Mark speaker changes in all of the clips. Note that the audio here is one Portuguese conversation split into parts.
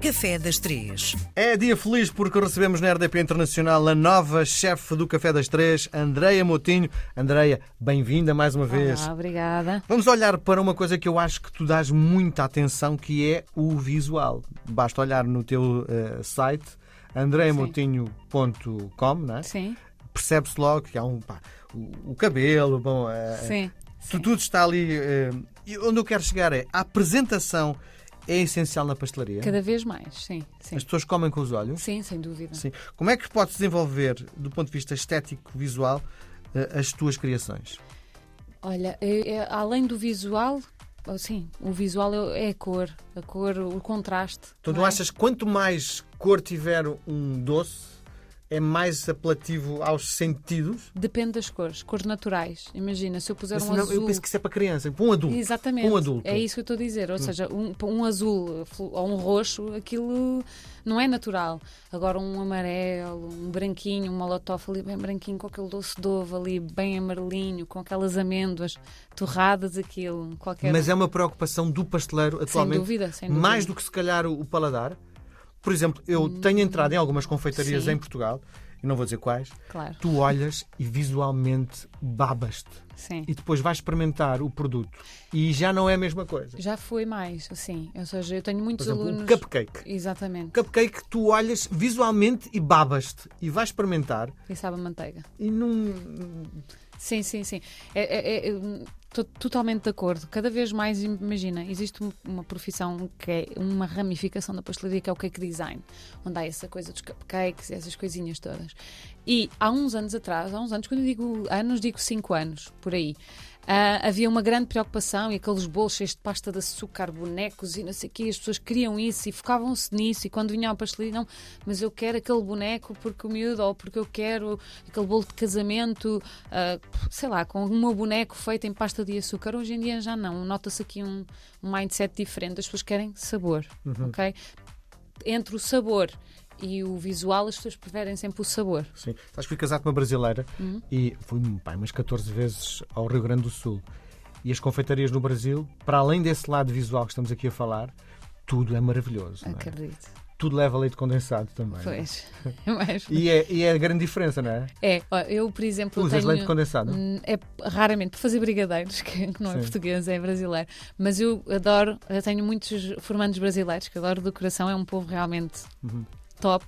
Speaker 1: Café das Três.
Speaker 2: É dia feliz porque recebemos na RDP Internacional a nova chefe do Café das Três, Andreia Motinho. Andreia, bem-vinda mais uma vez.
Speaker 3: Ah, obrigada.
Speaker 2: Vamos olhar para uma coisa que eu acho que tu dás muita atenção, que é o visual. Basta olhar no teu eh, site, andreamotinho.com, não é?
Speaker 3: Sim,
Speaker 2: percebe-se logo que há um, pá, o, o cabelo, bom, eh,
Speaker 3: sim.
Speaker 2: tu- tudo está ali. eh, e onde eu quero chegar é, a apresentação é essencial na pastelaria?
Speaker 3: Cada vez mais, sim, sim.
Speaker 2: As pessoas comem com os olhos?
Speaker 3: Sim, sem dúvida.
Speaker 2: Sim. Como é que podes desenvolver, do ponto de vista estético, visual, eh, as tuas criações?
Speaker 3: Olha, é- é- além do visual, oh, sim, o visual é, é a cor, a cor, o contraste.
Speaker 2: Então, tu
Speaker 3: não é?
Speaker 2: achas que quanto mais cor tiver um doce, é mais apelativo aos sentidos?
Speaker 3: Depende das cores, cores naturais. Imagina, se eu puser
Speaker 2: Mas
Speaker 3: um
Speaker 2: não,
Speaker 3: azul.
Speaker 2: eu penso que isso é para criança, para um adulto.
Speaker 3: Exatamente.
Speaker 2: Um adulto. Hum.
Speaker 3: É isso que eu estou a dizer. Ou seja, um, um azul flu- ou um roxo, aquilo não é natural. Agora, um amarelo, um branquinho, um molotov ali bem branquinho, com aquele doce de ovo ali bem amarelinho, com aquelas amêndoas torradas, aquilo. Qualquer... um.
Speaker 2: Mas é uma preocupação do pasteleiro atualmente.
Speaker 3: dúvida, sem dúvida. Hum.
Speaker 2: Mais do que se calhar o, o paladar. Por exemplo, eu tenho entrado em algumas confeitarias
Speaker 3: Sim.
Speaker 2: em Portugal, e não vou dizer quais,
Speaker 3: Claro,
Speaker 2: tu olhas e visualmente babas-te.
Speaker 3: sim.
Speaker 2: E depois vais experimentar o produto e já não é a mesma coisa.
Speaker 3: Já foi mais, sim. Ou seja, eu tenho
Speaker 2: Por
Speaker 3: muitos
Speaker 2: exemplo,
Speaker 3: alunos.
Speaker 2: o cupcake.
Speaker 3: Exatamente.
Speaker 2: O cupcake tu olhas visualmente e babas-te e vais experimentar
Speaker 3: E sabe a manteiga.
Speaker 2: e não.
Speaker 3: Sim, sim, É, sim. Estou totalmente de acordo. Cada vez mais, imagina, existe um- uma profissão que é uma ramificação da pastelaria, que é o cake design, onde há essa coisa dos cupcakes, essas coisinhas todas. E há uns anos atrás, há uns anos, quando eu digo anos, digo 5 anos, por aí, ah, havia uma grande preocupação e aqueles bolos cheios de pasta de açúcar, bonecos e não sei o quê, as pessoas queriam isso e focavam-se nisso. E quando vinham à pastelaria, não, mas eu quero aquele boneco porque o miúdo, ou porque eu quero aquele bolo de casamento, ah, sei lá, com o meu boneco feito em pasta de açúcar. Hoje em dia já não, nota-se aqui um, um mindset diferente, as pessoas querem sabor,
Speaker 2: Uhum.
Speaker 3: ok? Entre o sabor e o visual, as pessoas preferem sempre o sabor.
Speaker 2: Sim. Sabes que fui casado com uma brasileira
Speaker 3: Hum?
Speaker 2: e fui pai, umas 14 vezes ao Rio Grande do Sul. E as confeitarias no Brasil, para além desse lado visual que estamos aqui a falar, tudo é maravilhoso. não é?
Speaker 3: Acredito.
Speaker 2: Tudo leva leite condensado também. não é?
Speaker 3: Pois. Mas-
Speaker 2: E é, e é a grande diferença, não é?
Speaker 3: É, ó, eu, por exemplo.
Speaker 2: Usas
Speaker 3: tenho-
Speaker 2: leite condensado?
Speaker 3: Hum, É raramente para fazer brigadeiros, que não é
Speaker 2: Sim.
Speaker 3: português, é brasileiro. Mas eu adoro, eu tenho muitos formandos brasileiros que adoro do coração, é um povo realmente
Speaker 2: Uhum.
Speaker 3: top.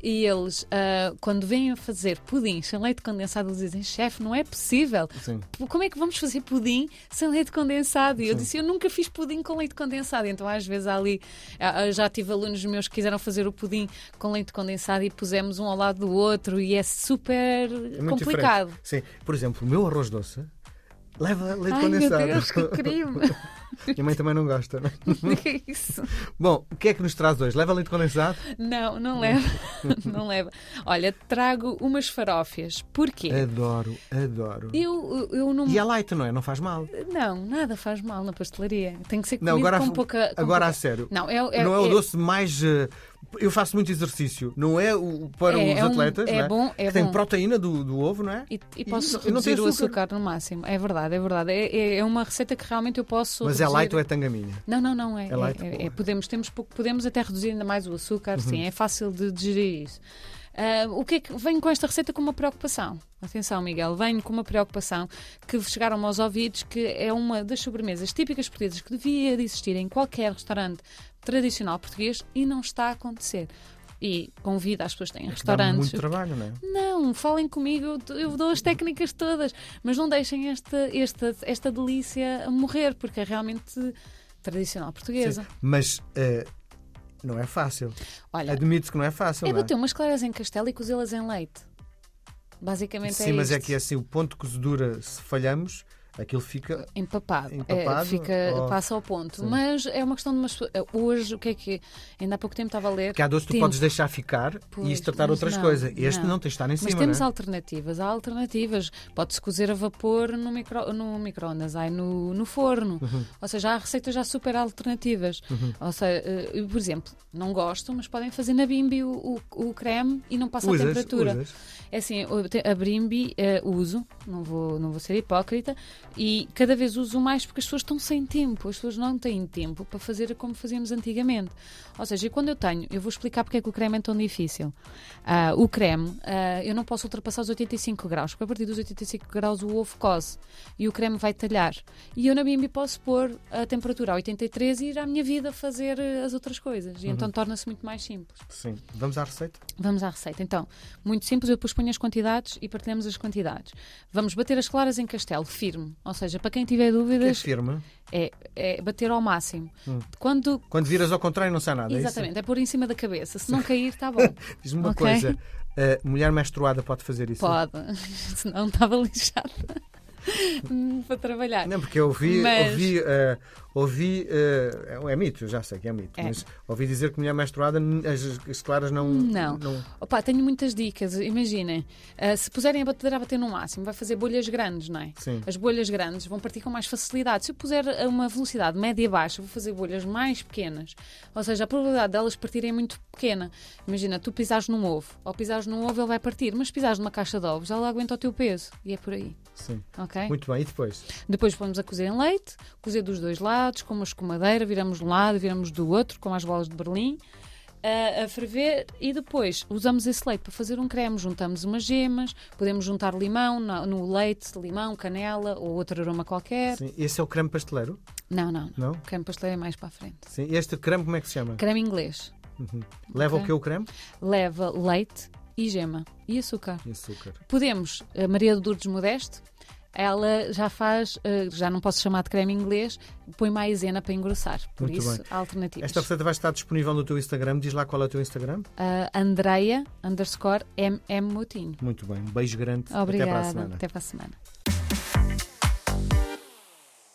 Speaker 3: E eles, ah, quando vêm a fazer pudim sem leite condensado, eles dizem: chefe, não é possível.
Speaker 2: Sim.
Speaker 3: P- Como é que vamos fazer pudim sem leite condensado? E eu disse: Eu nunca fiz pudim com leite condensado. Então, às vezes, há ali ah, ah, já tive alunos meus que quiseram fazer o pudim com leite condensado e pusemos um ao lado do outro, e é super
Speaker 2: É muito
Speaker 3: complicado.
Speaker 2: diferente. Sim. Por exemplo, o meu arroz doce leva leite
Speaker 3: Ai, meu
Speaker 2: condensado.
Speaker 3: Deus, que crime!
Speaker 2: Minha mãe também não gosta, não é?
Speaker 3: O que é isso?
Speaker 2: Bom, o que é que nos traz hoje? Leva leite condensado?
Speaker 3: Não, não leva. Não leva. Olha, trago umas farófias. Porquê?
Speaker 2: Adoro, adoro.
Speaker 3: Eu, eu não.
Speaker 2: É. E é light, não é? Não faz mal.
Speaker 3: Não, nada faz mal na pastelaria. Tem que ser comido
Speaker 2: Não, agora,
Speaker 3: com pouca. com
Speaker 2: agora a
Speaker 3: pouca...
Speaker 2: sério.
Speaker 3: Não, é,
Speaker 2: não é o doce mais. eh, Eu faço muito exercício, não é o, para
Speaker 3: É,
Speaker 2: os
Speaker 3: é um-
Speaker 2: atletas,
Speaker 3: é
Speaker 2: não é?
Speaker 3: bom, é
Speaker 2: que tem
Speaker 3: bom.
Speaker 2: proteína do, do ovo, não é?
Speaker 3: E, e
Speaker 2: E
Speaker 3: posso
Speaker 2: não- e não tem
Speaker 3: reduzir o
Speaker 2: açúcar.
Speaker 3: açúcar no máximo. É verdade, é verdade. É, é- é uma receita que realmente eu posso.
Speaker 2: Mas é
Speaker 3: reduzir.
Speaker 2: light ou é tangaminha?
Speaker 3: Não, não, não. É, é-
Speaker 2: light,
Speaker 3: é-
Speaker 2: boa.
Speaker 3: é- podemos, temos pouco, podemos até reduzir ainda mais o açúcar, sim.
Speaker 2: Uhum.
Speaker 3: É fácil de digerir isso. Ah, o que é que venho com esta receita com uma preocupação? Atenção, Miguel, venho com uma preocupação que chegaram aos ouvidos que é uma das sobremesas típicas portuguesas que devia de existir em qualquer restaurante tradicional português e não está a acontecer. E convido as pessoas que têm
Speaker 2: É Dá
Speaker 3: restaurantes,
Speaker 2: muito trabalho, não é?
Speaker 3: não, falem comigo, eu dou- eu dou as técnicas todas, mas não deixem esta, esta, esta delícia a morrer, porque é realmente tradicional portuguesa.
Speaker 2: Sim. Mas eh, não é fácil.
Speaker 3: Olha,
Speaker 2: Admite-se que não é fácil,
Speaker 3: é
Speaker 2: não é?
Speaker 3: bater umas claras em castelo e cozê-las em leite. Basicamente é
Speaker 2: Sim, mas é
Speaker 3: isto.
Speaker 2: que assim, o ponto de cozedura, se falhamos, aquilo fica.
Speaker 3: Empapado, É,
Speaker 2: Empapado,
Speaker 3: fica,
Speaker 2: ou-
Speaker 3: passa ao ponto. Mas é uma questão de umas. pessoas- Hoje, o que é que. Ainda há pouco tempo estava a ler.
Speaker 2: Porque há doce que tu
Speaker 3: Temos-
Speaker 2: podes deixar ficar
Speaker 3: Pois,
Speaker 2: e tratar
Speaker 3: mas
Speaker 2: outras
Speaker 3: não,
Speaker 2: coisas. Este
Speaker 3: não.
Speaker 2: não, tem de estar em
Speaker 3: Mas
Speaker 2: cima,
Speaker 3: temos
Speaker 2: não é?
Speaker 3: alternativas, há alternativas. Pode-se cozer a vapor no, micro, no micro-ondas, ai, no, no forno.
Speaker 2: Uhum.
Speaker 3: Ou seja, há receitas já super alternativas. Ou seja, eh, eu, por exemplo, não gosto, mas podem fazer na Bimbi o, o- o creme e não passa a
Speaker 2: Usas,
Speaker 3: temperatura.
Speaker 2: usas.
Speaker 3: É assim, eu te- a Bimbi eh, uso, não vou, não vou ser hipócrita, E cada vez uso mais porque as pessoas estão sem tempo, as pessoas não têm tempo para fazer como fazíamos antigamente. Ou seja, e quando eu tenho, eu vou explicar porque é que o creme é tão difícil. Ah, o creme, ah, eu não posso ultrapassar os 85 graus, porque a partir dos 85 graus o ovo cose e o creme vai talhar. E eu na bimbi posso pôr a temperatura a 83 e ir à minha vida fazer eh, as outras coisas. E então torna-se muito mais simples.
Speaker 2: Sim. Vamos à receita?
Speaker 3: Vamos à receita. Então, muito simples, eu depois ponho as quantidades e partilhamos as quantidades. Vamos bater as claras em castelo, firme. Ou seja, para quem
Speaker 2: Que
Speaker 3: tiver
Speaker 2: é
Speaker 3: dúvidas,
Speaker 2: firme.
Speaker 3: é, é bater ao máximo. Quando.
Speaker 2: Quando viras ao contrário não sai nada. é isso?
Speaker 3: Exatamente, é pôr em cima da cabeça. Se não cair, está bom.
Speaker 2: Diz-me uma
Speaker 3: Ok.
Speaker 2: coisa. eh, mulher menstruada pode fazer isso?
Speaker 3: Pode. Senão estava lixada Hum, para trabalhar.
Speaker 2: Não, porque eu ouvi,
Speaker 3: Mas-
Speaker 2: ouvi, eh, ouvi eh, é mito, eu já sei que é mito,
Speaker 3: É.
Speaker 2: mas ouvi dizer que mulher menstruada n- as, as claras não,
Speaker 3: Não. Opa, tenho muitas dicas, imaginem. Ah, se puserem a batedeira a bater no máximo, vai fazer bolhas grandes, não é?
Speaker 2: Sim.
Speaker 3: As bolhas grandes vão partir com mais facilidade. Se eu puser a uma velocidade média-baixa, vou fazer bolhas mais pequenas. Ou seja, a probabilidade delas partirem é muito pequena. Imagina, tu pisares num ovo. Ao pisares num ovo, ele vai partir. Mas se pisares numa caixa de ovos, ela aguenta o teu peso. E é por aí,
Speaker 2: Sim.
Speaker 3: ok?
Speaker 2: Muito bem, e depois?
Speaker 3: Depois pomos a cozer em leite, cozer dos dois lados, com uma escumadeira, viramos de um lado, viramos do outro, como as bolas de Berlim, eh, a, a ferver e depois usamos esse leite para fazer um creme. Juntamos umas gemas, podemos juntar limão na- no leite, limão, canela ou outro aroma qualquer.
Speaker 2: Sim. Esse é o creme pasteleiro?
Speaker 3: Não, não, não.
Speaker 2: Não?
Speaker 3: O creme pasteleiro é mais para a frente.
Speaker 2: Sim. Este creme como é que se chama?
Speaker 3: Creme inglês.
Speaker 2: Uhum. Leva
Speaker 3: Ok.
Speaker 2: o que o creme?
Speaker 3: Leva leite e gema e açúcar.
Speaker 2: E açúcar.
Speaker 3: Podemos, a Maria do Lourdes Modesto, ela já faz, eh, já não posso chamar de creme inglês, põe maisena para engrossar. Por
Speaker 2: Muito
Speaker 3: isso,
Speaker 2: bem.
Speaker 3: há alternativas.
Speaker 2: Esta receita vai estar disponível no teu Instagram. Diz lá qual é o teu Instagram.
Speaker 3: Uh, Andreia underscore MM Moutinho.
Speaker 2: Muito bem. Um beijo grande. Até para a
Speaker 3: Obrigada.
Speaker 2: semana.
Speaker 3: Até para a semana.